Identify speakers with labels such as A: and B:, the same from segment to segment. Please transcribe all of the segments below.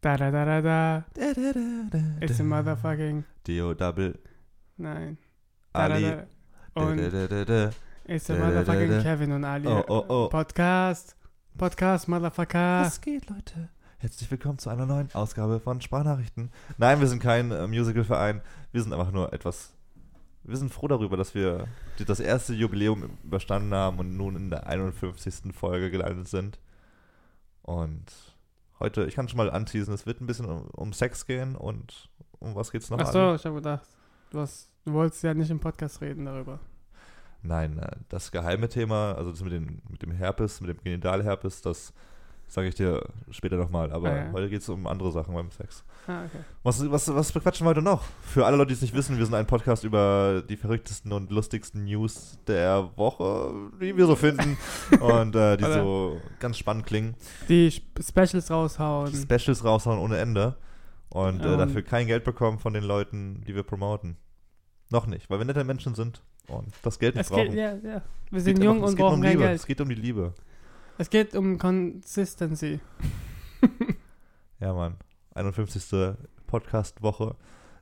A: Da da da da da.
B: Da, da, da, da,
A: It's a
B: da.
A: motherfucking.
B: Dio Double
A: Nein. Da, da,
B: Ali.
A: da.
B: Da,
A: Und
B: da, da, da, da.
A: it's a
B: da, da, da, da.
A: motherfucking Kevin und Ali.
B: Oh, oh, oh.
A: Podcast. Podcast, Motherfucker.
B: Was geht, Leute? Herzlich willkommen zu einer neuen Ausgabe von Sprachnachrichten. Nein, wir sind kein äh, Musicalverein. Wir sind einfach nur etwas. Wir sind froh darüber, dass wir die- das erste Jubiläum überstanden haben und nun in der 51. Folge gelandet sind. Und heute, ich kann schon mal anteasen, es wird ein bisschen um, um Sex gehen und um was geht's noch?
A: Ach
B: Ali?
A: so, ich habe gedacht, du, hast, du wolltest ja nicht im Podcast reden darüber.
B: Nein, äh, das geheime Thema, also das mit, den, mit dem Herpes, mit dem Genitalherpes, das sage ich dir später nochmal. Aber
A: Ah, ja.
B: heute geht es um andere Sachen beim Sex.
A: Ah, okay.
B: Was, was, was bequatschen wir heute noch? Für alle Leute, die es nicht wissen, wir sind ein Podcast über die verrücktesten und lustigsten News der Woche, die wir so finden und äh, die
A: Alter.
B: so ganz spannend klingen.
A: Die Sp- Specials raushauen.
B: Specials raushauen ohne Ende und äh,
A: Ähm.
B: dafür kein Geld bekommen von den Leuten, die wir promoten. Noch nicht, weil wir nette Menschen sind und das Geld nicht
A: es
B: brauchen.
A: geht, ja, ja. Wir
B: Es
A: sind
B: geht
A: jung
B: einfach- es
A: und
B: geht nur
A: brauchen
B: um
A: kein
B: Liebe.
A: Geld.
B: Es geht um die Liebe.
A: Es geht um Consistency.
B: Ja, Mann. 51. Podcast-Woche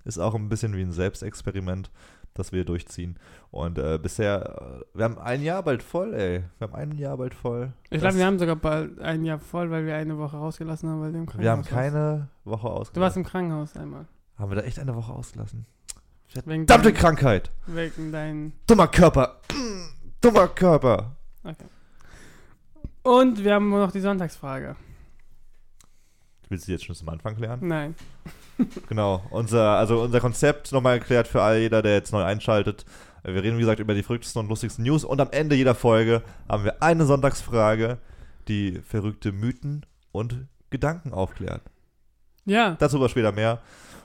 B: ist auch ein bisschen wie ein Selbstexperiment, das wir durchziehen. Und äh, bisher, äh, wir haben ein Jahr bald voll, ey. Wir haben ein Jahr bald voll.
A: Ich
B: Das-
A: glaube, wir haben sogar bald ein Jahr voll, weil wir eine Woche rausgelassen haben, weil du im Krankenhaus
B: wir haben
A: warst.
B: keine Woche
A: Du warst
B: ausgelassen.
A: im Krankenhaus einmal.
B: Haben wir da echt eine Woche ausgelassen?
A: Wegen
B: Verdammte
A: dein,
B: Krankheit!
A: Wegen deinen.
B: Dummer Körper! Dummer Körper!
A: Und wir haben noch die Sonntagsfrage.
B: Willst du die jetzt schon zum Anfang klären?
A: Nein.
B: Genau, unser, also unser Konzept nochmal erklärt für all jeder, der jetzt neu einschaltet. Wir reden, wie gesagt, über die verrücktesten und lustigsten News und am Ende jeder Folge haben wir eine Sonntagsfrage, die verrückte Mythen und Gedanken aufklärt.
A: Ja,
B: Dazu aber später mehr.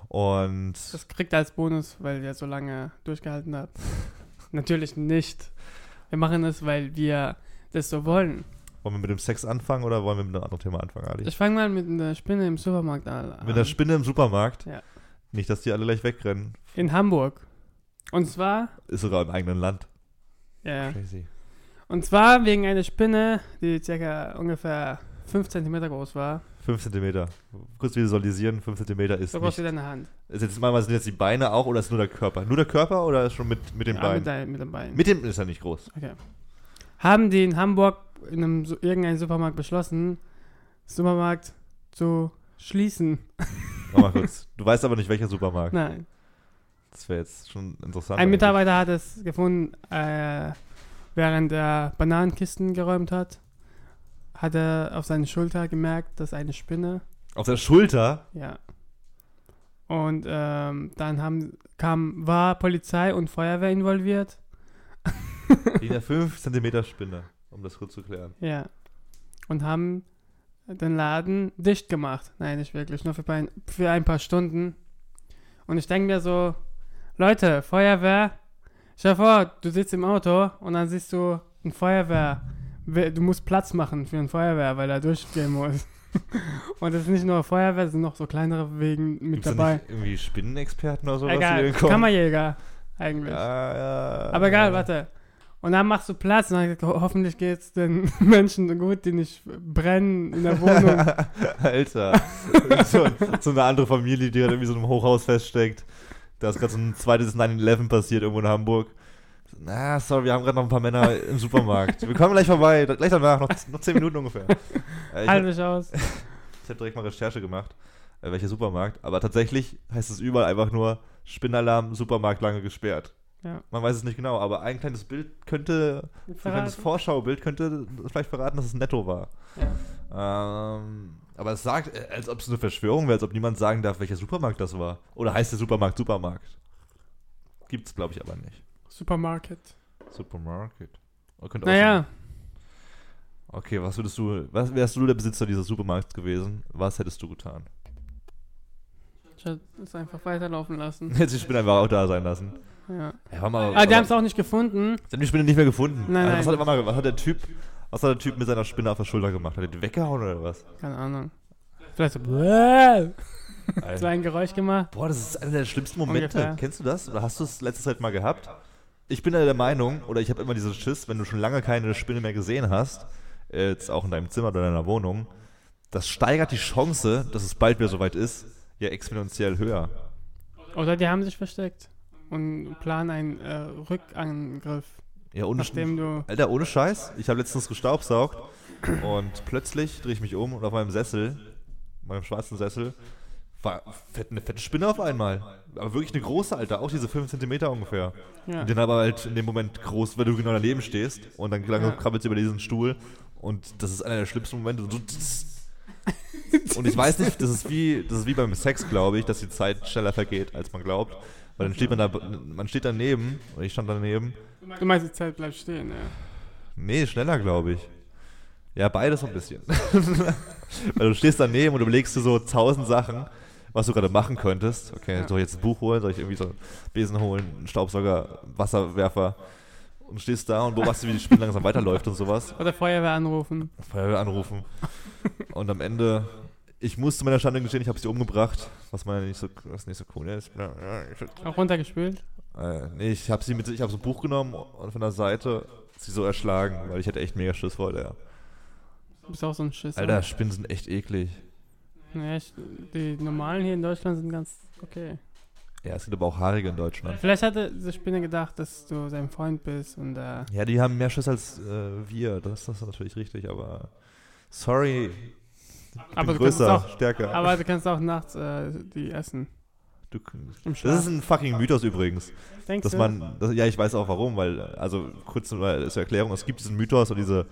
B: Und
A: das kriegt ihr als Bonus, weil ihr so lange durchgehalten habt. Natürlich nicht. Wir machen es, weil wir das so wollen.
B: wollen wir mit dem Sex anfangen oder wollen wir mit einem anderen Thema anfangen, Ali?
A: Ich fange mal mit einer Spinne im Supermarkt an.
B: Mit der Spinne im Supermarkt.
A: Ja.
B: Nicht, dass die alle gleich wegrennen.
A: In Hamburg. Und zwar,
B: Ist sogar im eigenen Land.
A: ja,
B: Crazy.
A: und zwar wegen einer Spinne, die circa ungefähr 5 cm groß war.
B: 5 cm. Kurz visualisieren, 5 cm ist
A: So groß wie
B: nicht.
A: deine Hand.
B: Ist jetzt mal, sind jetzt die Beine auch oder ist nur der Körper? Nur der Körper oder ist schon mit, mit den
A: ja,
B: Beinen?
A: Mit, dein, mit dem Bein.
B: Mit dem ist er nicht groß.
A: Haben die in Hamburg in einem, Su- irgendeinem Supermarkt beschlossen, Supermarkt zu schließen?
B: Mach mal kurz. Du weißt aber nicht, welcher Supermarkt.
A: Nein.
B: Das wäre jetzt schon interessant.
A: Ein
B: eigentlich.
A: Mitarbeiter hat es gefunden, äh, während er Bananenkisten geräumt hat, hat er auf seine Schulter gemerkt, dass eine Spinne,
B: Auf der Schulter.
A: ja. Und ähm, dann haben, kam, war Polizei und Feuerwehr involviert,
B: liegt eine 5 cm Spinne, um das kurz zu klären.
A: ja. Und haben den Laden dicht gemacht. Nein, nicht wirklich, nur für ein, für ein paar Stunden. Und ich denke mir so, Leute, Feuerwehr, stell dir vor, du sitzt im Auto und dann siehst du ein Feuerwehr. We- Du musst Platz machen für ein Feuerwehr, weil er durchgehen muss. Und es ist nicht nur Feuerwehr, es sind noch so kleinere Wegen mit
B: Gibt's da
A: dabei.
B: Nicht irgendwie Spinnenexperten oder sowas?
A: Egal, Kammerjäger eigentlich.
B: ja,
A: Aber egal, warte. Und dann machst du Platz und dann ho- hoffentlich geht es den Menschen gut, die nicht brennen in der Wohnung.
B: Alter. so, so eine andere Familie, die gerade irgendwie so einem Hochhaus feststeckt. Da ist gerade so ein zweites 9-11 passiert irgendwo in Hamburg. Na, sorry, wir haben gerade noch ein paar Männer im Supermarkt. Wir kommen gleich vorbei, da- gleich danach, noch, noch 10 Minuten ungefähr. Äh, ich-
A: Halt dich aus.
B: Ich habe direkt mal Recherche gemacht, äh, welcher Supermarkt. Aber tatsächlich heißt es überall einfach nur Spinnalarm, Supermarkt lange gesperrt.
A: Ja.
B: Man weiß es nicht genau, aber ein kleines Bild könnte, ein kleines
A: Verraten.
B: Vorschaubild könnte vielleicht verraten, dass es netto war.
A: Ja.
B: Ähm, aber es sagt, äh, als ob es eine Verschwörung wäre, als ob niemand sagen darf, welcher Supermarkt das war. Oder heißt der Supermarkt Supermarkt? Gibt's, glaube ich, aber nicht.
A: Supermarket.
B: Supermarket. Oh, könnte auch
A: Naja,
B: sein. Okay, was würdest du, was wärst du der Besitzer dieses Supermarkts gewesen? Was hättest du getan?
A: ich hätte es einfach weiterlaufen lassen.
B: Jetzt die Spinne einfach auch da sein lassen.
A: Ja.
B: Ja, warte mal,
A: Ah, die haben es
B: sie
A: auch nicht gefunden.
B: haben die Spinne nicht mehr gefunden.
A: Nein,
B: Also, was,
A: nein.
B: Hat, warte mal, was hat der Typ, was hat der Typ mit seiner Spinne auf der Schulter gemacht? Hat er die weggehauen oder was?
A: Keine Ahnung. Vielleicht so, "Bäh", so
B: Alter.
A: ein Geräusch gemacht.
B: Boah, das ist einer der schlimmsten Momente.
A: Ungefähr.
B: Kennst du das? Oder hast du es letzte Zeit mal gehabt? Ich bin ja der Meinung, oder ich habe immer diesen Schiss, wenn du schon lange keine Spinne mehr gesehen hast, äh, jetzt auch in deinem Zimmer oder deiner Wohnung, Das steigert die Chance, dass es bald wieder soweit ist, ja exponentiell höher.
A: Oder die haben sich versteckt und planen einen äh, Rückangriff,
B: Ja, ohne
A: nachdem du.
B: Alter, ohne Scheiß. Ich habe letztens gestaubsaugt und plötzlich drehe ich mich um und auf meinem Sessel, meinem schwarzen Sessel, war fett, eine fette Spinne auf einmal. Aber wirklich eine große, Alter. Auch diese 5 cm ungefähr.
A: Ja.
B: Die dann aber halt in dem Moment groß, weil du genau daneben stehst und dann lange
A: Ja.
B: krabbelst du über diesen Stuhl und das ist einer der schlimmsten Momente. Und, so, und ich weiß nicht, das ist wie, das ist wie beim Sex, glaube ich, dass die Zeit schneller vergeht, als man glaubt. Weil dann steht man da, man steht daneben, oder ich stand daneben
A: Du meinst, die Zeit bleibt stehen, ja.
B: Nee, schneller, glaube ich. Ja, beides so ein bisschen. Weil du stehst daneben und überlegst dir so tausend Sachen, was du gerade machen könntest. Okay,
A: Ja.
B: soll ich jetzt ein Buch holen? Soll ich irgendwie so einen Besen holen, einen Staubsauger, Wasserwerfer? Und stehst da und beobachtest, wie das Spiel langsam weiterläuft und sowas.
A: Oder Feuerwehr anrufen.
B: Feuerwehr anrufen. Und am Ende, ich muss zu meiner Schande gestehen, ich habe sie umgebracht, was meiner nicht so, was nicht so cool ist.
A: Auch runtergespült.
B: Äh, nee, ich habe sie mit, ich habe so ein Buch genommen und von der Seite sie so erschlagen, weil ich hatte echt mega Schiss vor der.
A: Du bist auch so ein Schiss.
B: Alter, Spinnen sind echt eklig.
A: Ja, ich, die normalen hier in Deutschland sind ganz okay.
B: Ja, es gibt aber auch Haarige in Deutschland.
A: Vielleicht hatte diese Spinne gedacht, dass du sein Freund bist und äh,
B: Ja, die haben mehr Schiss als äh, wir. Das, das ist natürlich richtig, aber sorry. Ich
A: Aber
B: bin
A: du kannst
B: größer,
A: auch-
B: stärker.
A: aber du kannst auch nachts äh, die essen.
B: du,
A: Im
B: das
A: Schlaf.
B: ist ein fucking Mythos übrigens.
A: Denkst
B: Dass
A: du?
B: man, das, ja, ich weiß auch warum, weil, also kurz mal zur Erklärung, es gibt diesen Mythos und diese,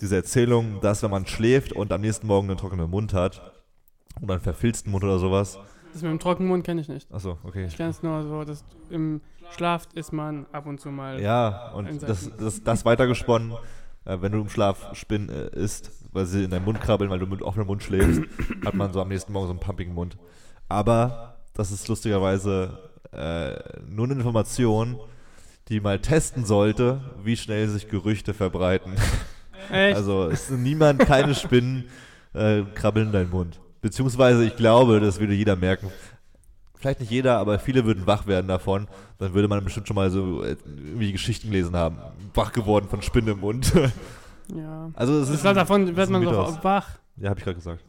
B: diese Erzählung, dass wenn man schläft und am nächsten Morgen einen trockenen Mund hat oder einen verfilzten Mund oder sowas.
A: das mit dem trockenen Mund kenne ich nicht.
B: Achso, okay.
A: Ich kenne es nur so, dass du- im Schlaf ist man ab und zu mal.
B: Ja, und
A: Insekten.
B: das, das, das weitergesponnen, äh, wenn du im Schlaf Spinnen äh, isst, weil sie in deinen Mund krabbeln, weil du mit offenem Mund schläfst, hat man so am nächsten Morgen so einen pumpigen Mund. Aber das ist lustigerweise äh, nur eine Information, die mal testen sollte, wie schnell sich Gerüchte verbreiten.
A: Echt?
B: Also es sind niemand, keine Spinnen äh, krabbeln in deinen Mund. Beziehungsweise ich glaube, das würde jeder merken. Vielleicht nicht jeder, aber viele würden wach werden davon. Dann würde man bestimmt schon mal so äh, irgendwie Geschichten gelesen haben. Wach geworden von Spinnen im Mund.
A: ja.
B: Also es
A: Das
B: ist.
A: ist halt davon
B: das
A: wird
B: ist
A: man
B: ein
A: doch
B: Mythos.
A: wach.
B: ja, habe ich gerade gesagt.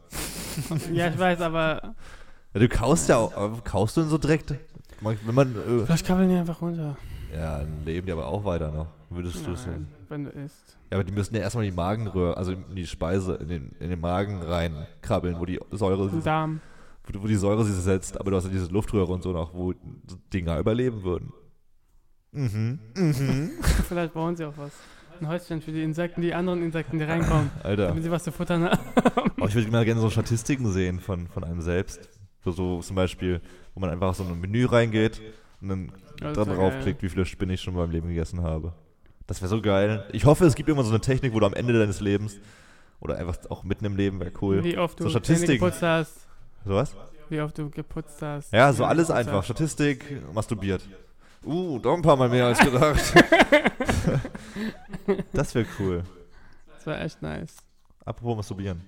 A: Ja, ich weiß, aber
B: Ja, du kaust ja auch. äh, Kaust du denn so direkt? Wenn man.
A: vielleicht krabbeln die einfach runter.
B: Äh, ja, dann leben die aber auch weiter noch. Würdest du es denn?
A: Nein, wenn du isst.
B: Ja, aber die müssen ja erstmal in die Magenröhre, also in die Speise, in den, in den Magen rein krabbeln, wo die Säure
A: Den Darm.
B: wo, wo die Säure sich setzt, aber du hast ja diese Luftröhre und so noch, wo Dinger überleben würden. Mhm, mhm.
A: Vielleicht brauchen sie auch was. Ein Häuschen für die Insekten, die anderen Insekten, die reinkommen,
B: Alter,
A: damit sie was zu futtern haben.
B: aber ich würde mal gerne so Statistiken sehen von, von einem selbst. So, so zum Beispiel, wo man einfach so in ein Menü reingeht und dann
A: Ja, das
B: dran
A: wär
B: draufklickt, wie viele Spinnen ich schon in meinem Leben gegessen habe. Das wäre so geil. Ich hoffe, es gibt irgendwann so eine Technik, wo du am Ende deines Lebens oder einfach auch mitten im Leben wäre cool.
A: Wie oft du
B: So
A: Zähne
B: Statistiken.
A: geputzt hast.
B: Sowas?
A: Wie oft du geputzt hast.
B: Ja, so
A: Wie oft
B: alles
A: du
B: einfach.
A: geputzt
B: Statistik, masturbiert. Uh, doch ein paar Mal mehr als gedacht. das wäre cool.
A: hast. Das war echt nice.
B: Apropos masturbieren.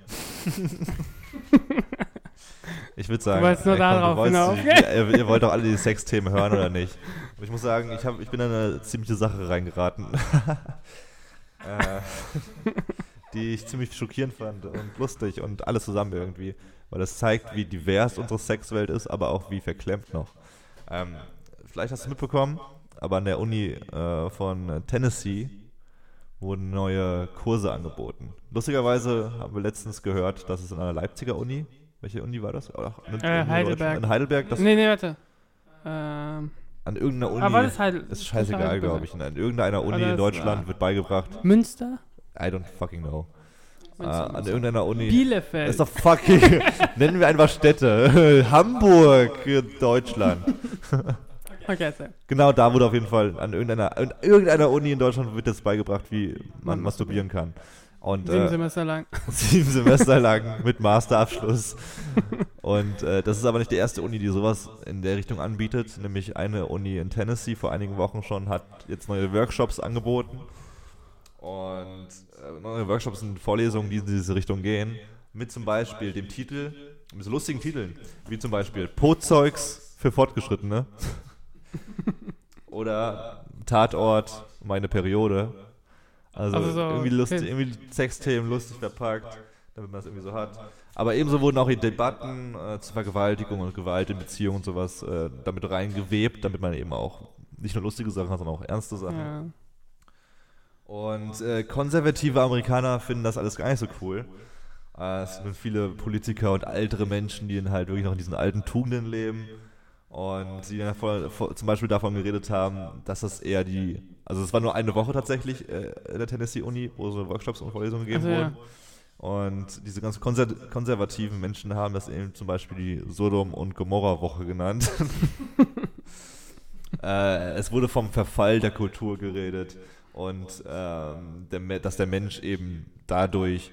B: Ich würde sagen,
A: Du wolltest nur
B: ey, komm,
A: darauf hinaus,
B: du wolltest, ihr, ihr wollt doch alle die Sexthemen hören oder nicht? Und ich muss sagen, ich, hab, ich bin in eine ziemliche Sache reingeraten, äh, die ich ziemlich schockierend fand und lustig und alles zusammen irgendwie, weil das zeigt, wie divers unsere Sexwelt ist, aber auch wie verklemmt noch. Ähm, vielleicht hast du es mitbekommen, aber an der Uni äh, von Tennessee wurden neue Kurse angeboten. Lustigerweise haben wir letztens gehört, dass es in einer Leipziger Uni, welche Uni war das? Ach, in- in
A: Äh, Heidelberg.
B: In Heidelberg, dass
A: nee, nee, warte. Ähm,
B: an irgendeiner Uni,
A: aber war das halt Heidel?
B: ist scheißegal, glaube ich, an irgendeiner Uni
A: Oder
B: in
A: ist-
B: Deutschland
A: ah.
B: wird beigebracht,
A: Münster?
B: I don't fucking know, äh,
A: Münster,
B: an
A: Münster.
B: irgendeiner Uni,
A: Bielefeld.
B: ist doch fucking, nennen wir einfach Städte, Hamburg, äh, Deutschland.
A: okay, erzähl.
B: Genau, da wurde auf jeden Fall an irgendeiner, an irgendeiner Uni in Deutschland wird jetzt beigebracht, wie man
A: Man
B: masturbieren kann. Und
A: Sieben
B: äh,
A: Semester lang.
B: sieben Semester lang mit Masterabschluss. Und äh, das ist aber nicht die erste Uni, die sowas in der Richtung anbietet. Nämlich eine Uni in Tennessee vor einigen Wochen schon hat jetzt neue Workshops angeboten. Und äh, neue Workshops sind Vorlesungen, die in diese Richtung gehen. Mit zum Beispiel dem Titel, mit so lustigen Titeln, wie zum Beispiel Potzeugs für Fortgeschrittene. Oder Tatort, meine Periode. Also,
A: Also so
B: irgendwie, lustig,
A: Themen.
B: irgendwie Sexthemen lustig verpackt, damit man es irgendwie so hat. Aber ebenso wurden auch die Debatten äh, zu Vergewaltigung und Gewalt in Beziehungen und sowas äh, damit reingewebt, damit man eben auch nicht nur lustige Sachen hat, sondern auch ernste Sachen.
A: Ja.
B: Und äh, konservative Amerikaner finden das alles gar nicht so cool. Äh, es sind viele Politiker und ältere Menschen, die dann halt wirklich noch in diesen alten Tugenden leben. Und die dann vor, vor, zum Beispiel davon geredet haben, dass das eher die. Also, es war nur eine Woche tatsächlich äh, in der Tennessee-Uni, wo so Workshops und Vorlesungen gegeben
A: Also, ja.
B: wurden. Und diese ganz konser konservativen Menschen haben das eben zum Beispiel die Sodom- und Gomorra-Woche genannt. äh, es wurde vom Verfall der Kultur geredet und ähm, der, Me- dass der Mensch eben dadurch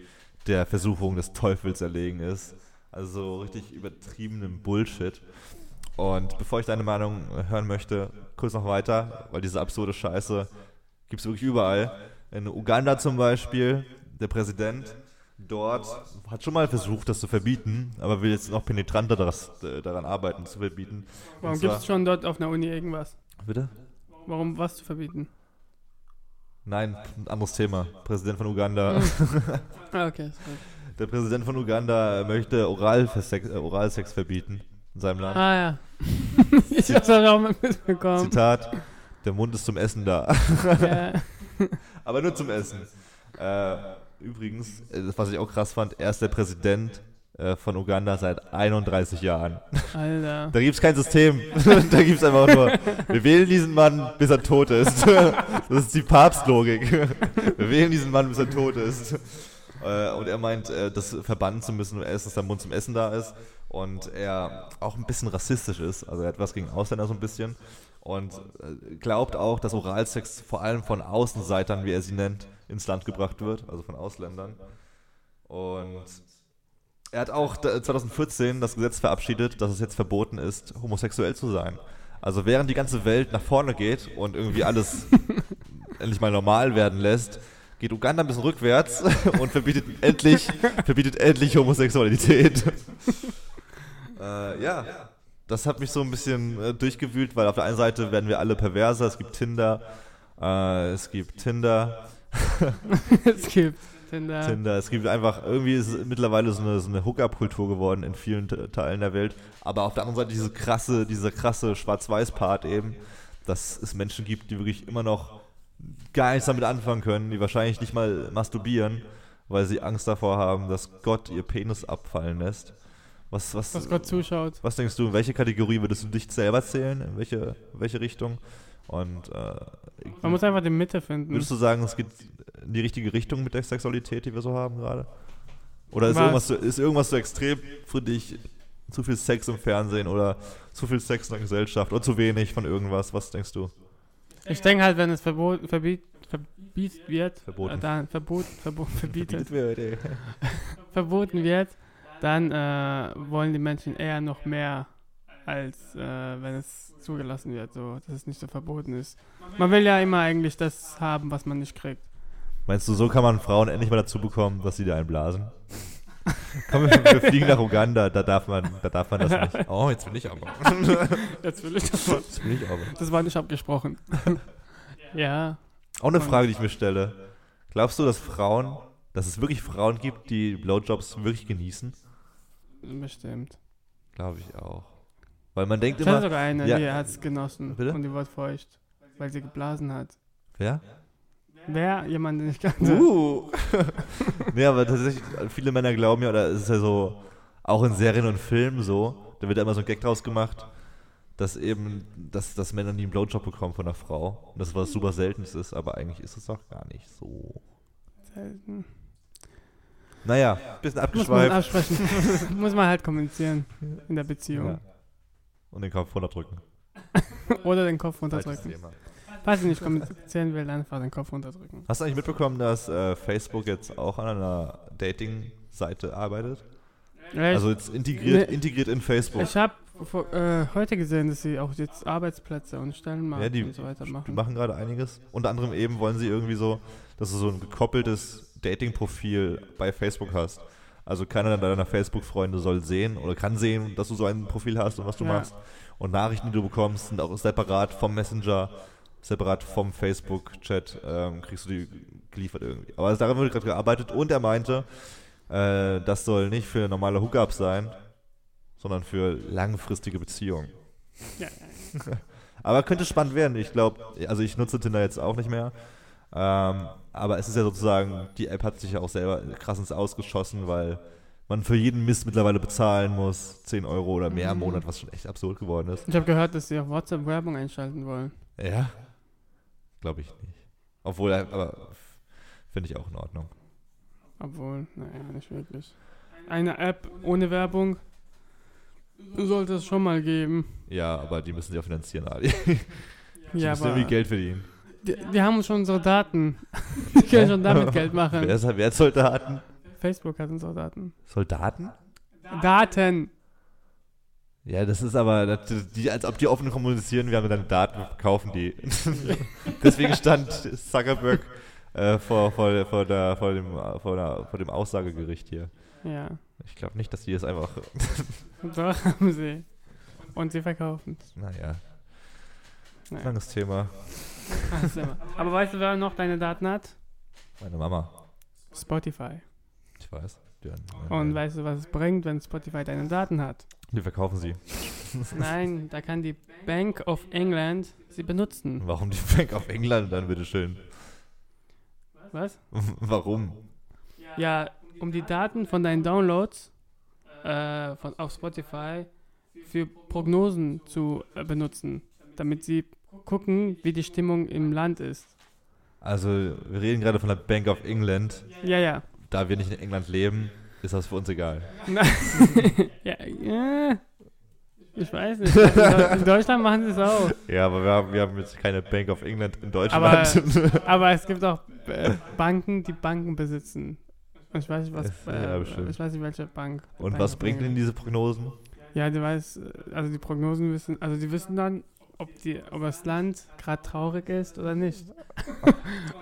B: der Versuchung des Teufels erlegen ist. Also so richtig übertriebenem Bullshit. Und bevor ich deine Meinung hören möchte, kurz noch weiter, weil diese absurde Scheiße gibt es wirklich überall. In Uganda zum Beispiel, der Präsident dort hat schon mal versucht, das zu verbieten, aber will jetzt noch penetranter das, äh, daran arbeiten, zu verbieten.
A: Warum
B: Und zwar-
A: gibt es schon dort auf einer Uni irgendwas?
B: Bitte?
A: Warum was zu verbieten?
B: Nein, ein anderes Thema. Präsident von Uganda.
A: Ah, okay. sorry.
B: Der Präsident von Uganda möchte Oralversex, äh, Oralsex verbieten in seinem Land.
A: Ah ja. ich hab's auch mal mitbekommen.
B: Zitat: Der Mund ist zum Essen da.
A: Ja.
B: Aber nur zum Essen. Äh, übrigens, äh, das, was ich auch krass fand, er ist der Präsident äh, von Uganda seit 31 Jahren.
A: Alter.
B: Da gibt's kein System. da gibt's einfach nur, wir wählen diesen Mann, bis er tot ist. das ist die Papstlogik. wir wählen diesen Mann, bis er tot ist. Äh, Und er meint, äh, das verbannen zu müssen, erst, dass der Mund zum Essen da ist. Und er auch ein bisschen rassistisch ist. Also er hat was gegen Ausländer so ein bisschen. Und äh, glaubt auch, dass Oralsex vor allem von Außenseitern, wie er sie nennt, ins Land gebracht wird. Also von Ausländern. Und er hat auch da- 2014 das Gesetz verabschiedet, dass es jetzt verboten ist, homosexuell zu sein. Also während die ganze Welt nach vorne geht und irgendwie alles endlich mal normal werden lässt, geht Uganda ein bisschen rückwärts und verbietet endlich, verbietet endlich Homosexualität. äh, ja, das hat mich so ein bisschen äh, durchgewühlt, weil auf der einen Seite werden wir alle perverser, es gibt Tinder, äh, es gibt Tinder,
A: es gibt Tinder.
B: Tinder. Es gibt einfach, irgendwie ist es mittlerweile so eine, so eine Hookup-Kultur geworden in vielen Te- Teilen der Welt. Aber auf der anderen Seite diese krasse, dieser krasse Schwarz-Weiß-Part eben, dass es Menschen gibt, die wirklich immer noch gar nichts damit anfangen können, die wahrscheinlich nicht mal masturbieren, weil sie Angst davor haben, dass Gott ihr Penis abfallen lässt. Was, was,
A: Was Gott zuschaut.
B: was denkst du, in welche Kategorie würdest du dich selber zählen? In welche, welche Richtung? Und äh,
A: Man muss einfach die Mitte finden.
B: Würdest du sagen, es geht in die richtige Richtung mit der Sexualität, die wir so haben gerade? Oder ist
A: Was?
B: irgendwas, so- ist irgendwas so extrem für dich? Zu viel Sex im Fernsehen oder zu viel Sex in der Gesellschaft oder zu wenig von irgendwas? Was denkst du?
A: Ich denke halt, wenn es verbot, verbiet, verbiet wird,
B: Verboten.
A: äh, dann verbot, verbot, verbietet,
B: wird,
A: verboten wird, dann äh, wollen die Menschen eher noch mehr, als äh, wenn es zugelassen wird, so, dass es nicht so verboten ist. Man will ja immer eigentlich das haben, was man nicht kriegt.
B: Meinst du, so kann man Frauen endlich mal dazu bekommen, dass sie dir einblasen? Komm, wir, wir fliegen nach Uganda, da darf man, da darf man das nicht. Oh, jetzt bin ich aber.
A: Jetzt will ich das.
B: Jetzt bin ich aber.
A: Das war nicht abgesprochen. ja.
B: Auch eine Frage, die ich mir stelle. Glaubst du, dass Frauen, dass es wirklich Frauen gibt, die Blowjobs wirklich genießen?
A: Bestimmt.
B: Glaube ich auch. Weil man denkt
A: Ich hatte
B: immer,
A: sogar eine,
B: Ja.
A: die hat es genossen
B: Bitte?
A: und die wurde feucht, weil sie geblasen hat.
B: wer?
A: Wer? Jemand, den ich kannte.
B: Uh. nee, aber tatsächlich, viele Männer glauben ja, oder es ist ja so, auch in Serien und Filmen so, da wird ja immer so ein Gag draus gemacht, dass eben, dass, dass Männer nie einen Blowjob bekommen von einer Frau. Und das was super Seltenes ist, aber eigentlich ist es auch gar nicht so.
A: Selten.
B: Naja, bisschen
A: Muss man
B: abgeschweift.
A: absprechen. Muss man halt kommunizieren in der Beziehung.
B: Ja. Und den Kopf runterdrücken.
A: Oder den Kopf
B: Altes
A: runterdrücken.
B: Thema.
A: Falls ich nicht kommunizieren will, einfach den Kopf runterdrücken.
B: Hast du eigentlich mitbekommen, dass äh, Facebook jetzt auch an einer Dating-Seite arbeitet?
A: Ja, ich,
B: Also jetzt integriert,
A: Nee.
B: integriert in Facebook.
A: ich habe äh, heute gesehen, dass sie auch jetzt Arbeitsplätze und Stellenmarkt
B: Ja, die-
A: und so weiter
B: Die
A: machen.
B: machen gerade einiges. Unter anderem eben wollen sie irgendwie so, dass du so ein gekoppeltes Dating-Profil bei Facebook hast. Also keiner deiner Facebook-Freunde soll sehen oder kann sehen, dass du so ein Profil hast und was du
A: Ja.
B: machst. Und Nachrichten, die du bekommst, sind auch separat vom Messenger, separat vom also Facebook-Chat, ähm, kriegst du die geliefert irgendwie. Aber daran wird gerade gearbeitet und er meinte, Äh, das soll nicht für normale Hookups sein, sondern für langfristige Beziehungen.
A: Ja.
B: aber könnte spannend werden. Ich glaube, also ich nutze Tinder jetzt auch nicht mehr. Ähm, aber es ist ja sozusagen, die App hat sich ja auch selber krass ins Ausgeschossen, weil man für jeden Mist mittlerweile bezahlen muss. 10 Euro oder mehr im Monat, was schon echt absurd geworden ist.
A: Ich habe gehört, dass sie auf WhatsApp Werbung einschalten wollen.
B: Ja. Glaube ich nicht. Obwohl, äh, aber finde ich auch in Ordnung.
A: Obwohl, naja, nicht wirklich. Eine App ohne Werbung sollte es schon mal geben.
B: Ja, aber die müssen sie ja finanzieren, Ali. Die
A: Ja,
B: müssen
A: aber
B: irgendwie Geld verdienen.
A: die, die haben schon unsere Daten. Die können schon damit Geld
B: Wer,
A: machen.
B: ist, wer hat Soldaten?
A: Facebook hat unsere Daten.
B: Soldaten?
A: Daten.
B: Ja, das ist aber, das, die, als ob die offen kommunizieren, wir haben deine Daten, wir verkaufen die. Deswegen stand Zuckerberg äh, vor, vor, vor, der, vor, dem, vor, der, vor dem Aussagegericht hier.
A: Ja,
B: Ich glaube nicht, dass die das einfach,
A: doch haben sie. Und sie verkaufen es.
B: naja,
A: Naja.
B: langes Thema.
A: Was immer. Aber weißt du, wer noch deine Daten hat?
B: Meine Mama,
A: Spotify.
B: ich weiß. Die,
A: Und weißt du, was es bringt, wenn Spotify deine Daten hat?
B: die verkaufen sie.
A: Nein, da kann die Bank of England sie benutzen.
B: Warum die Bank auf England dann, bitteschön?
A: Was?
B: Warum?
A: Ja, um die Daten von deinen Downloads äh, von, auf Spotify für Prognosen zu äh, benutzen, damit sie gucken, wie die Stimmung im Land ist.
B: Also, wir reden gerade von der Bank of England.
A: Ja, ja.
B: Da wir nicht in England leben, ist das für uns egal.
A: Na- ja, ja. Ich weiß nicht. Also In Deu- In Deutschland machen sie es auch.
B: Ja, aber wir haben, wir haben jetzt keine Bank of England in Deutschland.
A: Aber, aber es gibt auch äh, Banken, die Banken besitzen. Und ich weiß nicht, was,
B: Ja,
A: äh,
B: bestimmt.
A: ich weiß nicht welche Bank.
B: Und
A: Bank
B: was
A: of
B: bringt denn
A: England.
B: diese Prognosen?
A: Ja, die weiß, äh, also die Prognosen wissen, also die wissen dann, ob, die, ob das Land gerade traurig ist oder nicht.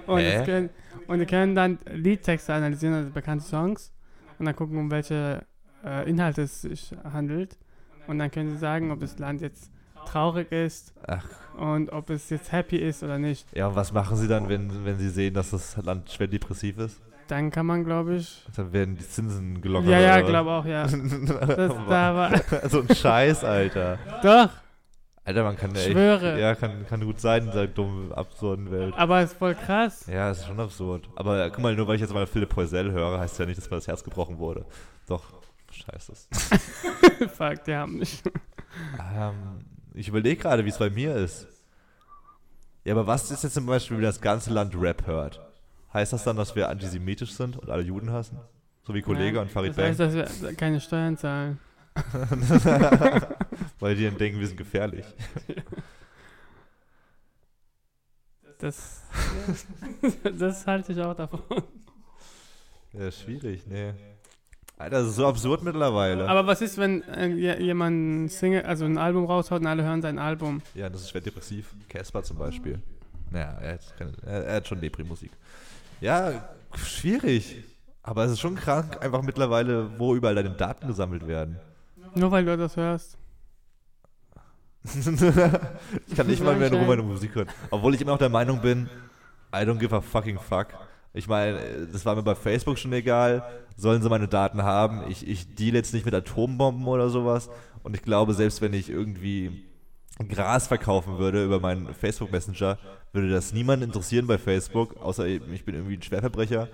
A: und,
B: Hä?
A: es können, und die können dann Liedtexte analysieren, also bekannte Songs, und dann gucken, um welche äh, Inhalte es sich handelt. Und dann können sie sagen, ob das Land jetzt traurig ist
B: Ach.
A: und ob es jetzt happy ist oder nicht.
B: Ja, und was machen sie dann, wenn, wenn sie sehen, dass das Land schwer depressiv ist? Also
A: Dann kann man, glaube ich.
B: Dann werden die Zinsen gelockert.
A: ja, ja,
B: oder was?
A: glaube auch, ja. Das, da war,
B: so ein Scheiß, Alter.
A: doch,
B: Alter, man kann ja echt.
A: Schwöre.
B: Ja, kann, kann gut sein in dieser dummen, absurden Welt.
A: aber ist voll krass.
B: Ja, ist schon absurd. Aber guck mal, nur weil ich jetzt mal Philipp Poisel höre, heißt ja nicht, dass mir das Herz gebrochen wurde. Doch, scheiße.
A: Fuck, die haben mich.
B: Ähm, ich überlege gerade, wie es bei mir ist. Ja, aber was ist jetzt zum Beispiel, wenn das ganze Land Rap hört? Heißt das dann, dass wir antisemitisch sind und alle Juden hassen? So wie Kollege
A: Ja,
B: und Farid
A: Das heißt,
B: Bang,
A: dass wir keine Steuern zahlen.
B: weil die dann denken, wir sind gefährlich.
A: Das, das halte ich auch davon.
B: Ja, schwierig, nee. Alter, das ist so absurd mittlerweile.
A: Aber was ist, wenn äh, je- jemand ein Single, also ein Album raushaut und alle hören sein Album?
B: ja, das ist schwer depressiv. Casper zum Beispiel. Naja, er hat, keine, er, er hat schon Depri-Musik. Ja, schwierig. Aber es ist schon krank, einfach mittlerweile, wo überall deine Daten gesammelt werden.
A: Nur weil du das hörst.
B: ich kann nicht mal mehr in Ruhe
A: Rammstein.
B: meine Musik hören. Obwohl ich immer noch der Meinung bin, I don't give a fucking fuck. Ich meine, äh, das war mir bei Facebook schon egal. Sollen sie meine Daten haben? Ich, ich deal jetzt nicht mit Atombomben oder sowas. Und ich glaube, selbst wenn ich irgendwie Gras verkaufen würde über meinen Facebook Messenger, würde das niemanden interessieren bei Facebook, außer eben, ich bin irgendwie ein Schwerverbrecher.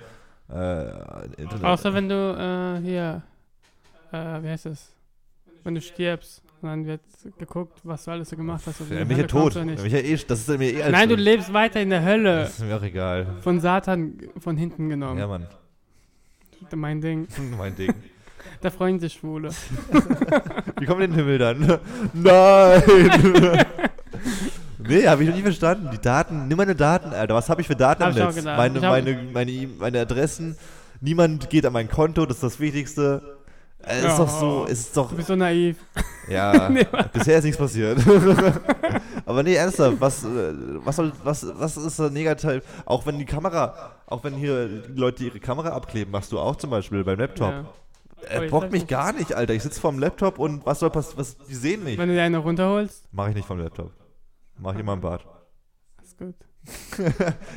B: Äh, Internet-
A: Außer wenn du äh, hier, äh, wie heißt das? Wenn du stirbst. Und dann wird geguckt, was du alles so gemacht hast. ob du
B: Ja,
A: in
B: bin ich
A: die
B: ja
A: Hölle
B: tot.
A: kommst
B: Ja,
A: oder nicht.
B: bin ich ja eh, das ist mir eh alles
A: Nein, du
B: schlimm.
A: lebst weiter in der Hölle.
B: Das ist mir auch egal.
A: Von Satan von hinten genommen.
B: Ja, Mann.
A: Mein Ding.
B: Mein Ding.
A: Da freuen sich Schwule.
B: Wie kommen denn Himmel dann? Nein! nee, habe ich noch nie verstanden. Die Daten, nimm meine Daten, Alter. Was habe ich für Daten
A: Hab
B: im
A: ich auch
B: Netz?
A: gedacht.
B: Meine,
A: Ich hab-
B: meine, meine, E- meine Adressen. Niemand geht an mein Konto, das ist das Wichtigste. Äh, Ist
A: Ja.
B: doch so, ist doch.
A: Du bist so naiv.
B: Ja, bisher ist nichts passiert. Aber nee, ernsthaft, was, äh, was, soll, was, was ist da negativ? Auch wenn die Kamera, auch wenn hier die Leute ihre Kamera abkleben, machst du auch zum Beispiel beim Laptop.
A: Ja. Aber
B: Äh,
A: ich
B: bockt
A: sag
B: mich
A: nicht-
B: gar nicht, Alter. Ich sitze vorm Laptop und was soll passieren? Was, die sehen mich.
A: Wenn du dir eine runterholst,
B: Mache ich nicht vom Laptop. Mache ich immer im Bad.
A: ist gut.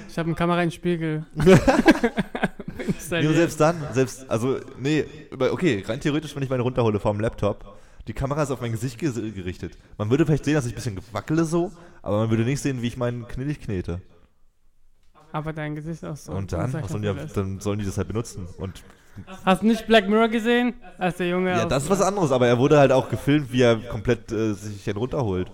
A: Ich habe eine Kamera in den Spiegel.
B: Nee, und selbst dann, selbst, also, nee, über- okay, rein theoretisch, wenn ich meine runterhole vom Laptop, die Kamera ist auf mein Gesicht ges- gerichtet. Man würde vielleicht sehen, dass ich ein bisschen wackele so, aber man würde nicht sehen, wie ich meinen Knillig knete.
A: Aber dein Gesicht ist auch so.
B: Und dann,
A: unser
B: was sollen die,
A: Kapitel ist.
B: dann sollen die das halt benutzen. Und
A: Hast du nicht Black Mirror gesehen? Als der Junge.
B: ja,
A: auf-
B: das ist was anderes, aber er wurde halt auch gefilmt, wie er komplett äh, sich einen runterholt.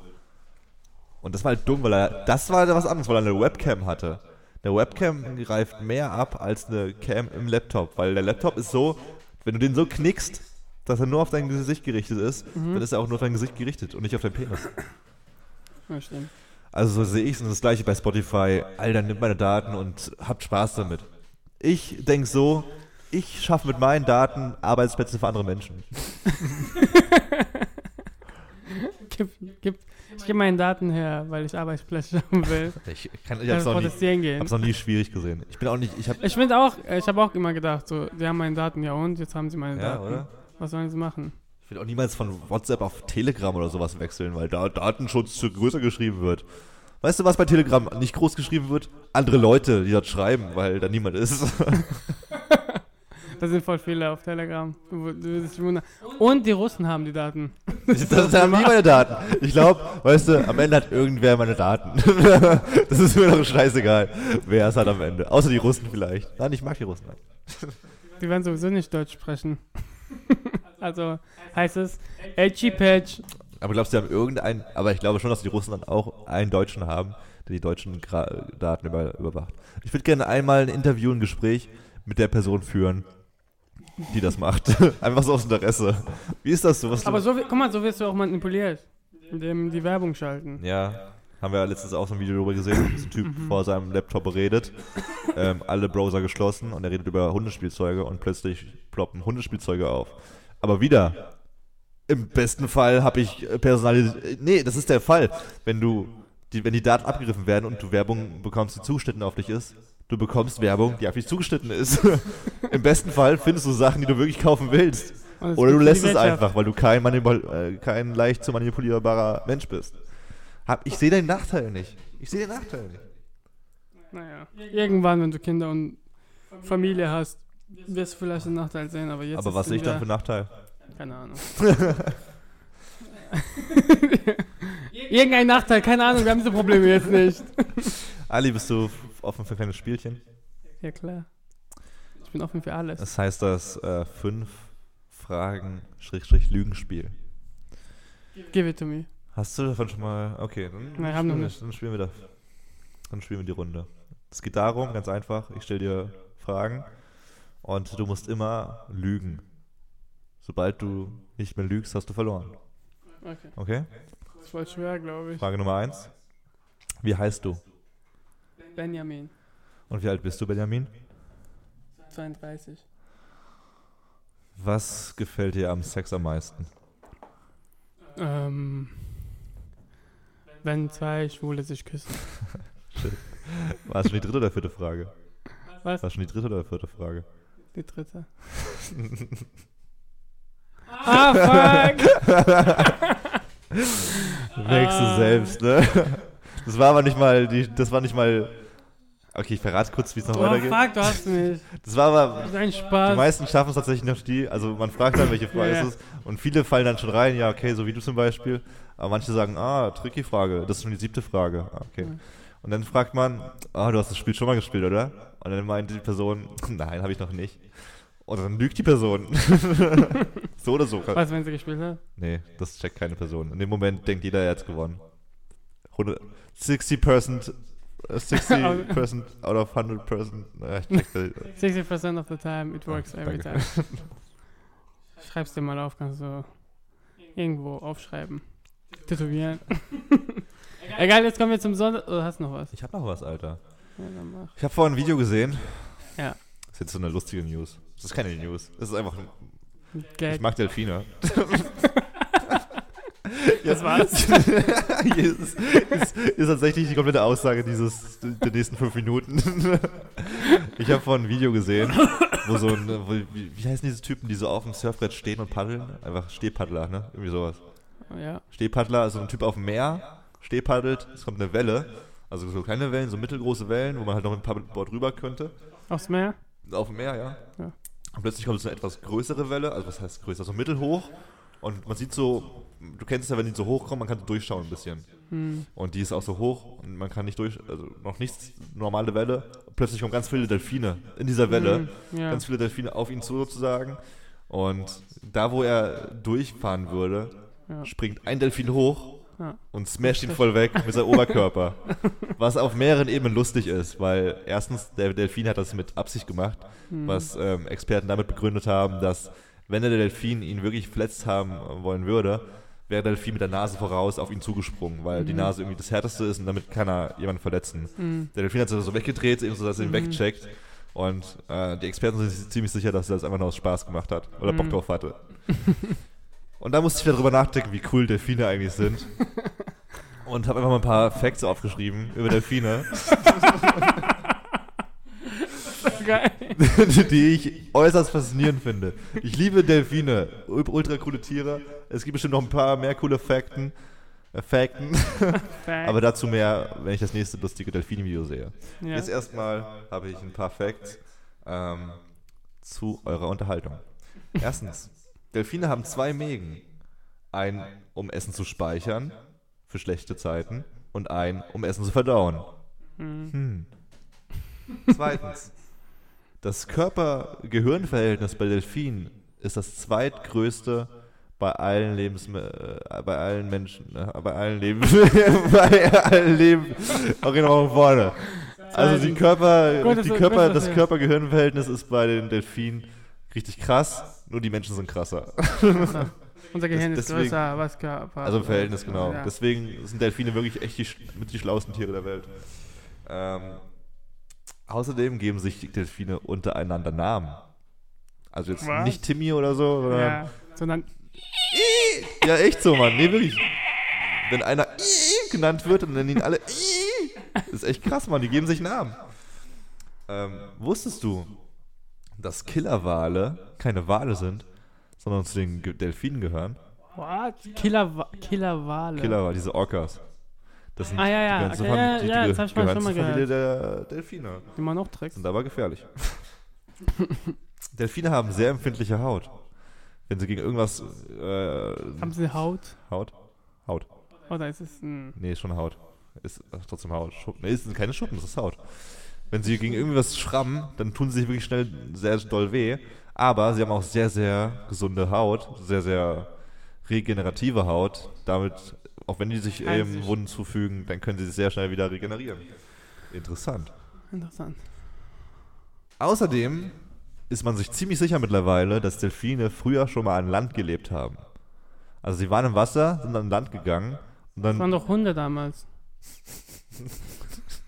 B: Und das war halt dumm, weil er, das war was anderes, weil er eine Webcam hatte. Eine Webcam greift mehr ab als eine Cam im Laptop, weil der Laptop ist so, wenn du den so knickst, dass er nur auf dein Gesicht gerichtet ist, dann ist er auch nur auf dein Gesicht gerichtet und nicht auf deinen Penis.
A: Ja, Oh, stimmt.
B: Also so sehe ich es und das gleiche bei Spotify. Alter, nimmt meine Daten und habt Spaß damit. Ich denke so, ich schaffe mit meinen Daten Arbeitsplätze für andere Menschen.
A: Gib, gib, ich gebe meinen Daten her, weil ich Arbeitsplätze haben will.
B: Ich, kann, ich
A: Ich
B: hab's, noch nie,
A: protestieren gehen.
B: hab's noch nie schwierig gesehen. Ich bin auch nicht, ich hab,
A: Ich finde auch, ich habe auch immer gedacht, so, die haben meine Daten, ja und, jetzt haben sie meine
B: ja,
A: Daten.
B: oder?
A: Was sollen sie machen?
B: Ich will auch niemals von WhatsApp auf Telegram oder sowas wechseln, weil da Datenschutz zu größer geschrieben wird. Weißt du, was bei Telegram nicht groß geschrieben wird? Andere Leute, die das schreiben, weil da niemand ist.
A: Da sind voll viele auf Telegram. Du- du würdest dich wundern. Und die Russen haben die Daten.
B: Ich, das haben nie meine Daten. Ich glaube, weißt du, am Ende hat irgendwer meine Daten. Das ist mir doch scheißegal, wer es hat am Ende. Außer die Russen vielleicht. Nein, ich mag die Russen.
A: Die werden sowieso nicht Deutsch sprechen. also heißt es Edgy Patch.
B: Aber glaubst du, die haben irgendeinen, aber ich glaube schon, dass die Russen dann auch einen Deutschen haben, der die deutschen Gra Daten über, überwacht. Ich würde gerne einmal ein Interview, ein Gespräch mit der Person führen, die das macht. Einfach so aus Interesse. Wie ist das so? Was
A: Aber so, wi- guck mal, so wirst du auch manipuliert. Indem die Werbung schalten.
B: Ja, haben wir letztens auch so ein Video darüber gesehen, dass ein Typ vor seinem Laptop redet, ähm, alle Browser geschlossen und er redet über Hundespielzeuge und plötzlich ploppen Hundespielzeuge auf. Aber wieder, im besten Fall habe ich personalisiert. Nee, das ist der Fall. Wenn du, die, wenn die Daten abgegriffen werden und du Werbung bekommst, die zugeschnitten auf dich ist, du bekommst Werbung, die auf dich zugeschnitten ist. Im besten Fall findest du Sachen, die du wirklich kaufen willst.
A: Und
B: Oder
A: gibt für
B: du
A: die
B: lässt es
A: Wirtschaft.
B: einfach, weil du kein, manipul äh, kein leicht zu manipulierbarer Mensch bist. Hab, ich sehe den Nachteil nicht. Ich sehe den Nachteil nicht.
A: Naja. Irgendwann, wenn du Kinder und Familie hast, wirst du vielleicht einen Nachteil sehen, aber jetzt.
B: Aber was sehe ich dann für einen Nachteil?
A: für. Keine Ahnung. Irgendein Nachteil, keine Ahnung, wir haben diese Probleme jetzt nicht.
B: Ali, bist du f- offen für ein kleines Spielchen?
A: Ja, klar. Ich bin offen für alles.
B: Das heißt das äh, fünf Fragen Schrägstrich Lügenspiel.
A: Give it to me.
B: Hast du davon schon mal? Okay, dann,
A: Nein, haben
B: spielen,
A: noch
B: wir-
A: nicht.
B: dann spielen wir das. Dann spielen wir die Runde. Es geht darum, ganz einfach, ich stelle dir Fragen und du musst immer lügen. Sobald du nicht mehr lügst, hast du verloren.
A: Okay.
B: Okay?
A: Das ist voll schwer, glaube ich.
B: Frage Nummer eins. Wie heißt du?
A: Benjamin,
B: Und wie alt bist du, Benjamin?
A: 32.
B: Was gefällt dir am Sex am meisten?
A: Ähm. Wenn zwei Schwule sich küssen.
B: War es schon die dritte oder vierte Frage?
A: Was?
B: War es schon die dritte oder vierte Frage?
A: Die dritte. ah, fuck!
B: Wächst du
A: Ah.
B: selbst, ne? Das war aber nicht mal die, das war nicht mal. Okay, ich verrate kurz, wie es noch
A: Oh,
B: weitergeht.
A: fuck, du hast mich.
B: Das war aber.
A: Das ist ein
B: Die
A: Spaß.
B: meisten schaffen es tatsächlich noch die, also man fragt dann, welche Frage
A: Ja, Also- ja.
B: es ist und viele fallen dann schon rein, ja okay, so wie du zum Beispiel, aber manche sagen, ah, tricky Frage, das ist schon die siebte Frage, Ah, okay. Und dann fragt man, ah, du hast das Spiel schon mal gespielt, oder? Und dann meint die Person, nein, habe ich noch nicht. Und dann lügt die Person. so oder so.
A: Was, wenn sie gespielt hat?
B: Nee, das checkt keine Person. In dem Moment denkt jeder, er hat gewonnen. 100 60%, äh, 60% out of 100%. Äh, ich check das.
A: 60% of the time, it works every
B: Ah, danke.
A: time. Schreib's dir mal auf, kannst du irgendwo aufschreiben. Tätowieren. Egal, jetzt kommen wir zum Sonntag. Oder hast du noch was?
B: Ich hab noch was, Alter.
A: Ja, dann mach.
B: Ich habe vorhin ein Video gesehen.
A: Ja.
B: Das ist jetzt so eine lustige News. Das ist keine News. Das ist einfach.
A: Gag.
B: Ich mag Delfine.
A: Das war's.
B: ist, ist, ist tatsächlich die komplette Aussage dieses der nächsten fünf Minuten. ich habe vorhin ein Video gesehen, wo so ein, wo, wie, wie heißen diese Typen, die so auf dem Surfbrett stehen und paddeln? Einfach Stehpaddler, ne? Irgendwie sowas.
A: ja.
B: Stehpaddler, also ein Typ auf dem Meer, stehpaddelt, es kommt eine Welle. Also so kleine Wellen, so mittelgroße Wellen, wo man halt noch mit dem Paddleboard rüber könnte.
A: Aufs Meer?
B: Auf dem Meer, ja.
A: Ja.
B: Und plötzlich kommt so eine etwas größere Welle, also was heißt größer, so mittelhoch. Und man sieht so, du kennst es ja, wenn die so hochkommen, man kann so durchschauen ein bisschen.
A: Hm.
B: Und die ist auch so hoch und man kann nicht durch, also noch nichts, normale Welle. Plötzlich kommen ganz viele Delfine in dieser Welle.
A: Hm, ja.
B: Ganz viele Delfine auf ihn zu sozusagen. Und da, wo er durchfahren würde,
A: Ja.
B: springt ein Delfin hoch
A: Ja.
B: und smasht ihn voll weg mit seinem Oberkörper. was auf mehreren Ebenen lustig ist, weil erstens, der Delfin hat das mit Absicht gemacht,
A: Hm.
B: was ähm, Experten damit begründet haben, dass wenn der Delfin ihn wirklich verletzt haben wollen würde, wäre der Delfin mit der Nase voraus auf ihn zugesprungen, weil die Nase irgendwie das härteste ist und damit kann er jemanden verletzen.
A: Hm.
B: Der Delfin hat sich so weggedreht, eben so dass er ihn
A: Mhm.
B: wegcheckt. Und äh, die Experten sind sich ziemlich sicher, dass er das einfach nur aus Spaß gemacht hat oder Bock
A: Mhm.
B: drauf hatte. und da musste ich wieder drüber nachdenken, wie cool Delfine eigentlich sind. Und habe einfach mal ein paar Facts aufgeschrieben über Delfine,
A: Geil.
B: die ich äußerst faszinierend finde. Ich liebe Delfine, u- ultra coole Tiere. Es gibt bestimmt noch ein paar mehr coole Fakten. äh, Fakten. Aber dazu mehr, wenn ich das nächste lustige Delfin-Video sehe.
A: ja.
B: Jetzt erstmal habe ich ein paar Facts ähm, zu eurer Unterhaltung. Erstens, Delfine haben zwei Mägen. Ein, um Essen zu speichern, für schlechte Zeiten, und ein, um Essen zu verdauen.
A: Hm.
B: Hm. Zweitens, das Körper-Gehirn-Verhältnis bei Delfinen ist das zweitgrößte bei allen Lebensmitteln, äh, bei allen Menschen, äh, bei allen Leben, bei allen Leben, okay, nochmal von vorne. Also die
A: Zweitens.
B: Körper,
A: Gut, das
B: die
A: ist-
B: Körper,
A: gut, das
B: das
A: ist-
B: Körper-Gehirn-Verhältnis ist bei den Delfinen richtig krass, nur die Menschen sind krasser.
A: Unser Gehirn
B: des-
A: ist
B: deswegen-
A: größer, aber das Körper.
B: Also im Verhältnis, genau.
A: Ja.
B: Deswegen sind Delfine wirklich echt die, sch- mit die schlauesten Tiere der Welt. Ähm, außerdem geben sich die Delfine untereinander Namen. Also jetzt
A: Was?
B: nicht Timmy oder so, sondern. Ja.
A: ja. Sondern
B: ja, echt so, Mann. Nee, wirklich. Wenn einer Ii genannt wird, dann nennen ihn alle Ii. Das ist echt krass, Mann. Die geben sich Namen. Ähm, wusstest du, dass Killerwale keine Wale sind, sondern zu den Ge- Delfinen gehören?
A: What? Killer, Killer Wale.
B: Killer war, diese Orcas. Das sind
A: Ah, ja, ja,
B: die ganze
A: okay,
B: Familie,
A: ja,
B: die,
A: ja,
B: die
A: das hab ich mal schon
B: ganze
A: mal
B: Familie der Delfine.
A: Die man auch trägt.
B: Sind aber gefährlich. Delfine haben sehr empfindliche Haut. Wenn sie gegen irgendwas äh,
A: Haben sie eine Haut?
B: Haut? Haut.
A: Oder ist es hm, ein.
B: Nee, ist schon Haut. Ist ach, trotzdem Haut. Schuppen. Nee, ist keine Schuppen, das ist Haut. Wenn sie gegen irgendwas schrammen, dann tun sie sich wirklich schnell sehr doll weh. Aber sie haben auch sehr, sehr gesunde Haut, sehr, sehr regenerative Haut. Damit, auch wenn die sich
A: Heilt
B: eben
A: sich.
B: Wunden zufügen, dann können sie sich sehr schnell wieder regenerieren. Interessant.
A: Interessant.
B: Hm. Außerdem ist man sich ziemlich sicher mittlerweile, dass Delfine früher schon mal an Land gelebt haben. Also sie waren im Wasser, sind an Land gegangen und
A: Das waren
B: dann...
A: doch Hunde damals.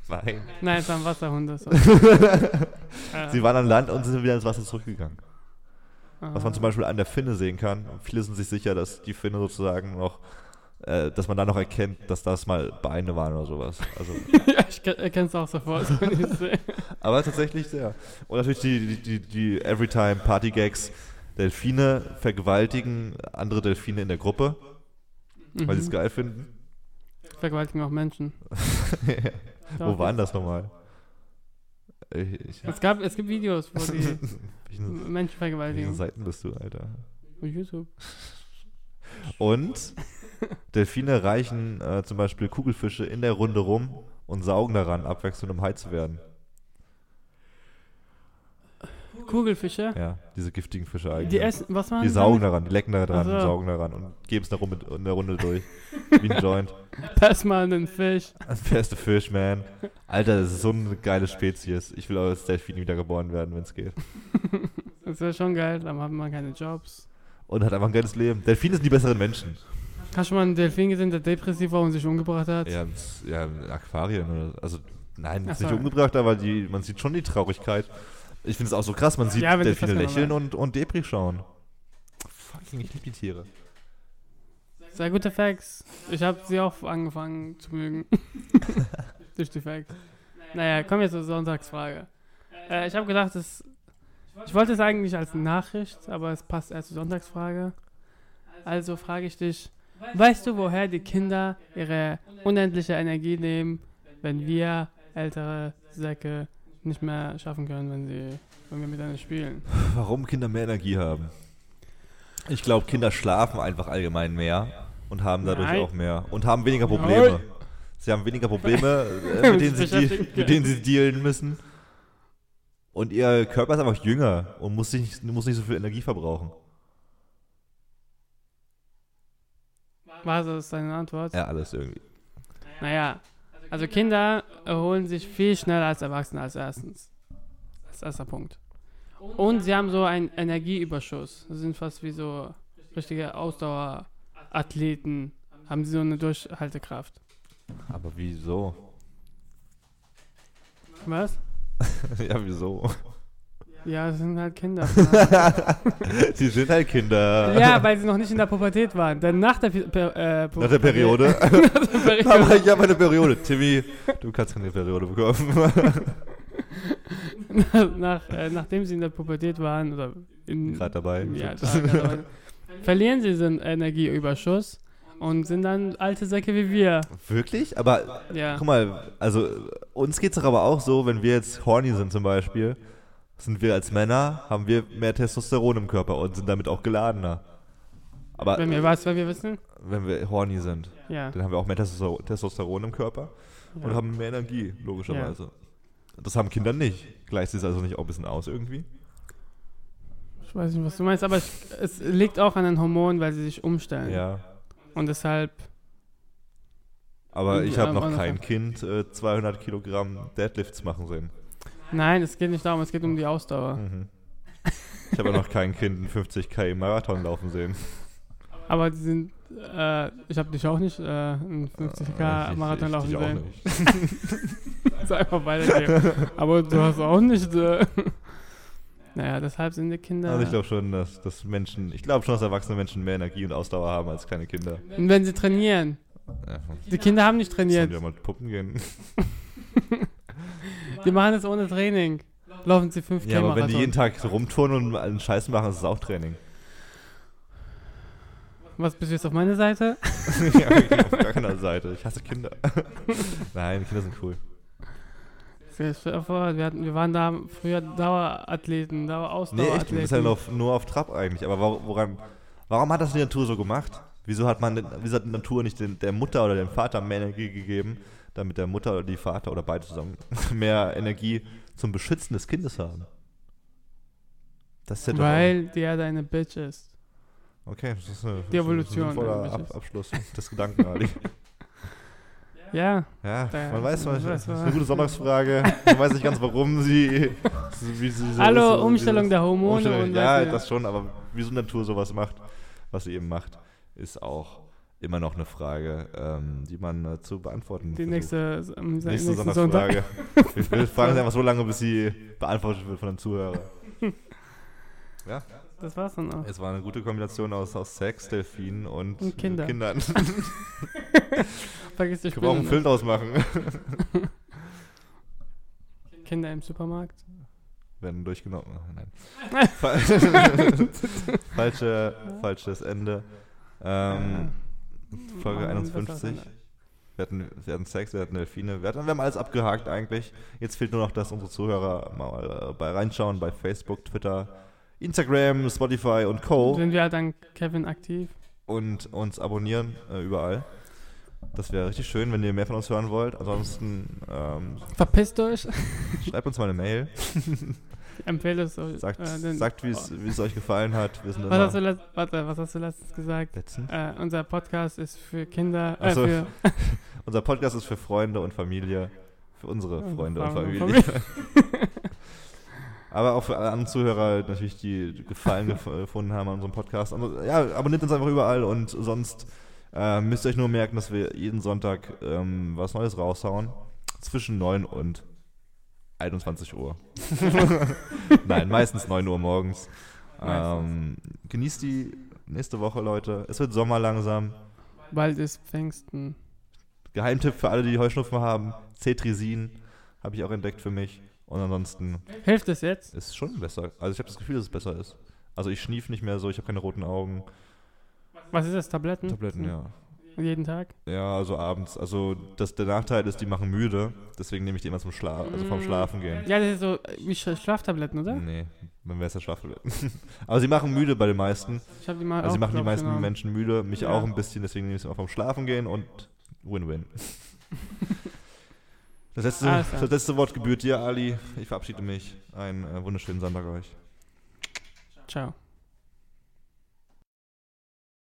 B: Nein.
A: Nein, es waren Wasserhunde. So.
B: Sie waren an Land und sind wieder ins Wasser zurückgegangen. Was man
A: Ah.
B: zum Beispiel an der Finne sehen kann. Und viele sind sich sicher, dass die Finne sozusagen noch, äh, dass man da noch erkennt, dass das mal Beine waren oder sowas. Also,
A: ja, ich ke- erkenn's auch sofort, wenn ich sehe.
B: aber tatsächlich sehr. Und natürlich die, die, die, die Everytime Party Gags. Delfine vergewaltigen andere Delfine in der Gruppe, weil sie es
A: Mhm.
B: geil finden.
A: Vergewaltigen auch Menschen.
B: Wo waren das nochmal? Ich, ich,
A: Es, gab, es gibt Videos, wo die
B: welchen,
A: Menschen
B: welchen
A: vergewaltigen.
B: Seiten bist du, Alter?
A: Auf YouTube.
B: Und Delfine reichen äh, zum Beispiel Kugelfische in der Runde rum und saugen daran, abwechselnd um high zu werden.
A: Kugelfische.
B: Ja, diese giftigen Fische eigentlich.
A: Die essen. Was waren
B: Die
A: das?
B: saugen daran, die lecken daran,
A: Ach so.
B: saugen daran und geben es darum mit in der Runde durch. Wie ein Joint.
A: Pass mal einen Fisch.
B: Das beste Fisch, man. Alter, das ist so eine geile Spezies. Ich will auch als Delfin wiedergeboren werden, wenn es geht.
A: Das wäre schon geil, dann hat man keine Jobs.
B: Und hat einfach ein geiles Leben. Delfine sind die besseren Menschen.
A: Hast du schon mal einen Delfin gesehen, der depressiv war und sich umgebracht hat?
B: Ja, das- ja in Aquarien oder Also, nein, das ist
A: Ach so.
B: nicht umgebracht, aber die, man sieht schon die Traurigkeit. Ich finde es auch so krass, man sieht
A: Ja, wenn sie
B: Delfine
A: festgenommen
B: lächeln und, und Depri schauen. Fucking, ich liebe die Tiere.
A: Sehr gute Facts. Ich habe sie auch angefangen zu mögen. Durch die Facts. Naja, komm jetzt zur Sonntagsfrage. Äh, ich habe gedacht, es, ich wollte es eigentlich als Nachricht, aber es passt erst zur Sonntagsfrage. Also frage ich dich, weißt du, woher die Kinder ihre unendliche Energie nehmen, wenn wir ältere Säcke nicht mehr schaffen können, wenn, sie, wenn wir miteinander spielen.
B: Warum Kinder mehr Energie haben? Ich glaube, Kinder schlafen einfach allgemein mehr und haben dadurch
A: Nein.
B: auch mehr und haben weniger Probleme. Sie haben weniger Probleme, äh, mit, denen sie deal, mit denen sie dealen müssen. Und ihr Körper ist einfach jünger und muss nicht, muss nicht so viel Energie verbrauchen.
A: War das deine Antwort?
B: Ja, alles irgendwie.
A: Naja, also Kinder erholen sich viel schneller als Erwachsene als erstens. Als erster Punkt. Und sie haben so einen Energieüberschuss. Sie sind fast wie so richtige Ausdauerathleten. Haben sie so eine Durchhaltekraft.
B: Aber wieso?
A: Was?
B: ja, wieso?
A: Ja, das sind halt Kinder.
B: Sie sind halt Kinder.
A: ja, weil sie noch nicht in der Pubertät waren. Denn nach der, Pi- per, äh, Pu-
B: Nach der Periode.
A: nach der Periode
B: Aber ich habe eine Periode. Timmy, du kannst keine Periode bekommen.
A: nach, äh, nachdem sie in der Pubertät waren oder in,
B: Gerade dabei.
A: ja, da, da, verlieren sie den Energieüberschuss und sind dann alte Säcke wie wir.
B: Wirklich? Aber
A: Ja.
B: guck mal, also uns geht's doch aber auch so, wenn wir jetzt horny sind zum Beispiel, sind wir als Männer, haben wir mehr Testosteron im Körper und sind damit auch geladener. Aber
A: Wenn wir was, wenn wir wissen?
B: wenn wir horny sind,
A: Ja.
B: dann haben wir auch mehr Testosteron Testosteron im Körper und haben mehr Energie, logischerweise. Das haben Kinder nicht. Gleicht sich also nicht auch ein bisschen aus irgendwie?
A: Ich weiß nicht, was du meinst, aber ich, es liegt auch an den Hormonen, weil sie sich umstellen.
B: Ja.
A: Und deshalb,
B: Aber ich
A: Hm, Ja,
B: habe noch
A: aber-
B: kein Kind äh, 200 Kilogramm Deadlifts machen sehen.
A: nein, es geht nicht darum, es geht um die Ausdauer.
B: Mhm. Ich habe noch kein Kind einen 50 K Marathon laufen sehen.
A: Aber die sind, äh, ich habe dich auch nicht äh, einen 50k Marathon
B: Ich-
A: laufen
B: ich- ich auch
A: sehen.
B: nicht.
A: Soll einfach weitergeben. aber du hast auch nicht, äh, naja, deshalb sind die Kinder,
B: Also ich glaube schon, dass, dass Menschen, ich glaube schon, dass erwachsene Menschen mehr Energie und Ausdauer haben als kleine Kinder.
A: und wenn sie trainieren,
B: Ja,
A: die Kinder haben nicht
B: Sollen
A: trainiert.
B: wir mal puppen gehen?
A: Die machen das ohne Training. Laufen sie 5
B: Ja,
A: k
B: aber wenn die jeden
A: Marathon.
B: Tag so rumturnen und einen Scheiß machen, ist es auch Training.
A: Was bist du jetzt auf meiner Seite?
B: ja, okay, auf gar keiner Seite. Ich hasse Kinder. Nein, Kinder sind cool.
A: Stell dir vor, Wir, hatten, wir waren da früher Dauerathleten,
B: Nee, echt, du
A: Dauerausdauerathleten.
B: bist halt auf, nur auf Trab eigentlich. Aber wor- woran, warum hat das die Natur so gemacht? Wieso hat man, den- wieso hat die Natur nicht den, der Mutter oder dem Vater mehr Energie gegeben, damit der Mutter oder die Vater oder beide zusammen mehr Energie zum Beschützen des Kindes haben? Das ist ja doch
A: weil die Erde eine Bitch ist.
B: Okay, das ist eine,
A: Die Evolution,
B: Das ist ein sinnvoller
A: ein
B: Ab
A: bisschen.
B: Abschluss des Gedanken, Ali.
A: Ja,
B: Ja,
A: Da-
B: man weiß, man,
A: man
B: das
A: weiß,
B: ist eine
A: man-
B: gute Sonntagsfrage. Man weiß nicht ganz, warum sie. Wie sie so
A: Hallo,
B: so- wie sie
A: Umstellung
B: das-
A: der Hormone
B: Umstellung-
A: und
B: Ja,
A: weiß nicht.
B: das schon, aber wieso Natur sowas macht, was sie eben macht, ist auch immer noch eine Frage, ähm, die man äh, zu beantworten
A: die
B: versucht.
A: nächste, am se-
B: nächste
A: nächsten Sonntag.
B: Sonntagsfrage. Wir, wir fragen sie einfach so lange, bis sie beantwortet wird von einem Zuhörer.
A: Das war's dann auch.
B: Es war eine gute Kombination aus, aus Sex, Delfinen und,
A: Und Kinder.
B: Kindern.
A: Vergiss dich
B: Wir brauchen einen Film draus machen.
A: Kinder im Supermarkt.
B: werden durchgenommen. Nein. Fal- Falsche, falsches Ende. Ähm, Folge
A: Mann, das war's
B: 51.
A: dann.
B: Wir hatten, wir hatten Sex, wir hatten Delfine, wir, hatten, wir haben alles abgehakt eigentlich. Jetzt fehlt nur noch, dass unsere Zuhörer mal äh, bei reinschauen, bei Facebook, Twitter, Instagram, Spotify und Co.
A: Sind wir halt dann Kevin aktiv?
B: und uns abonnieren äh, überall. Das wäre richtig schön, wenn ihr mehr von uns hören wollt. Ansonsten ähm,
A: Verpisst euch.
B: schreibt uns mal eine Mail.
A: Empfehlt es euch.
B: Sagt,
A: äh, den-
B: sagt wie es wie es euch gefallen hat. Wir sind
A: was hast du
B: immer
A: letzt, warte, was hast du letztens gesagt?
B: letztens.
A: Äh, unser Podcast ist für Kinder,
B: Ach
A: äh,
B: so.
A: für
B: Unser Podcast ist für Freunde und Familie. Für unsere
A: Ja,
B: Freunde und
A: Freunde und
B: Familie. Aber auch für alle anderen Zuhörer natürlich, die Gefallen gef äh, gefunden haben an unserem Podcast. Also, ja, abonniert uns einfach überall und sonst äh, müsst ihr euch nur merken, dass wir jeden Sonntag ähm, was Neues raushauen. Zwischen 9 und 21 Uhr. Nein, meistens 9 Uhr morgens. Ähm, genießt die nächste Woche, Leute. Es wird Sommer langsam.
A: Bald ist Pfingsten.
B: Geheimtipp für alle, die Heuschnupfen haben: Cetirizin habe ich auch entdeckt für mich. Und ansonsten
A: Hilft es jetzt?
B: ist es schon besser. Also ich habe das Gefühl, dass es besser ist. Also ich schnief nicht mehr so, ich habe keine roten Augen.
A: Was ist das? Tabletten?
B: Tabletten, ja.
A: Jeden Tag?
B: Ja, also abends. Also das, der Nachteil ist, die machen müde. Deswegen nehme ich die immer zum Schla also vom
A: Mm.
B: Schlafen gehen.
A: Ja, das ist so äh, wie Sch- Schlaftabletten, oder?
B: Nee, dann wäre es ja Schlaftabletten. Aber sie machen müde bei den meisten.
A: Ich hab die mal
B: Also
A: auch,
B: sie machen die
A: glaub,
B: meisten
A: genommen.
B: Menschen müde, mich
A: Ja.
B: auch ein bisschen, deswegen nehme ich es immer vom Schlafen gehen und Win-Win. Das letzte,
A: Alles klar.
B: das letzte Wort gebührt dir, Ali. Ich verabschiede mich. Einen äh, wunderschönen Sonntag euch.
A: Ciao.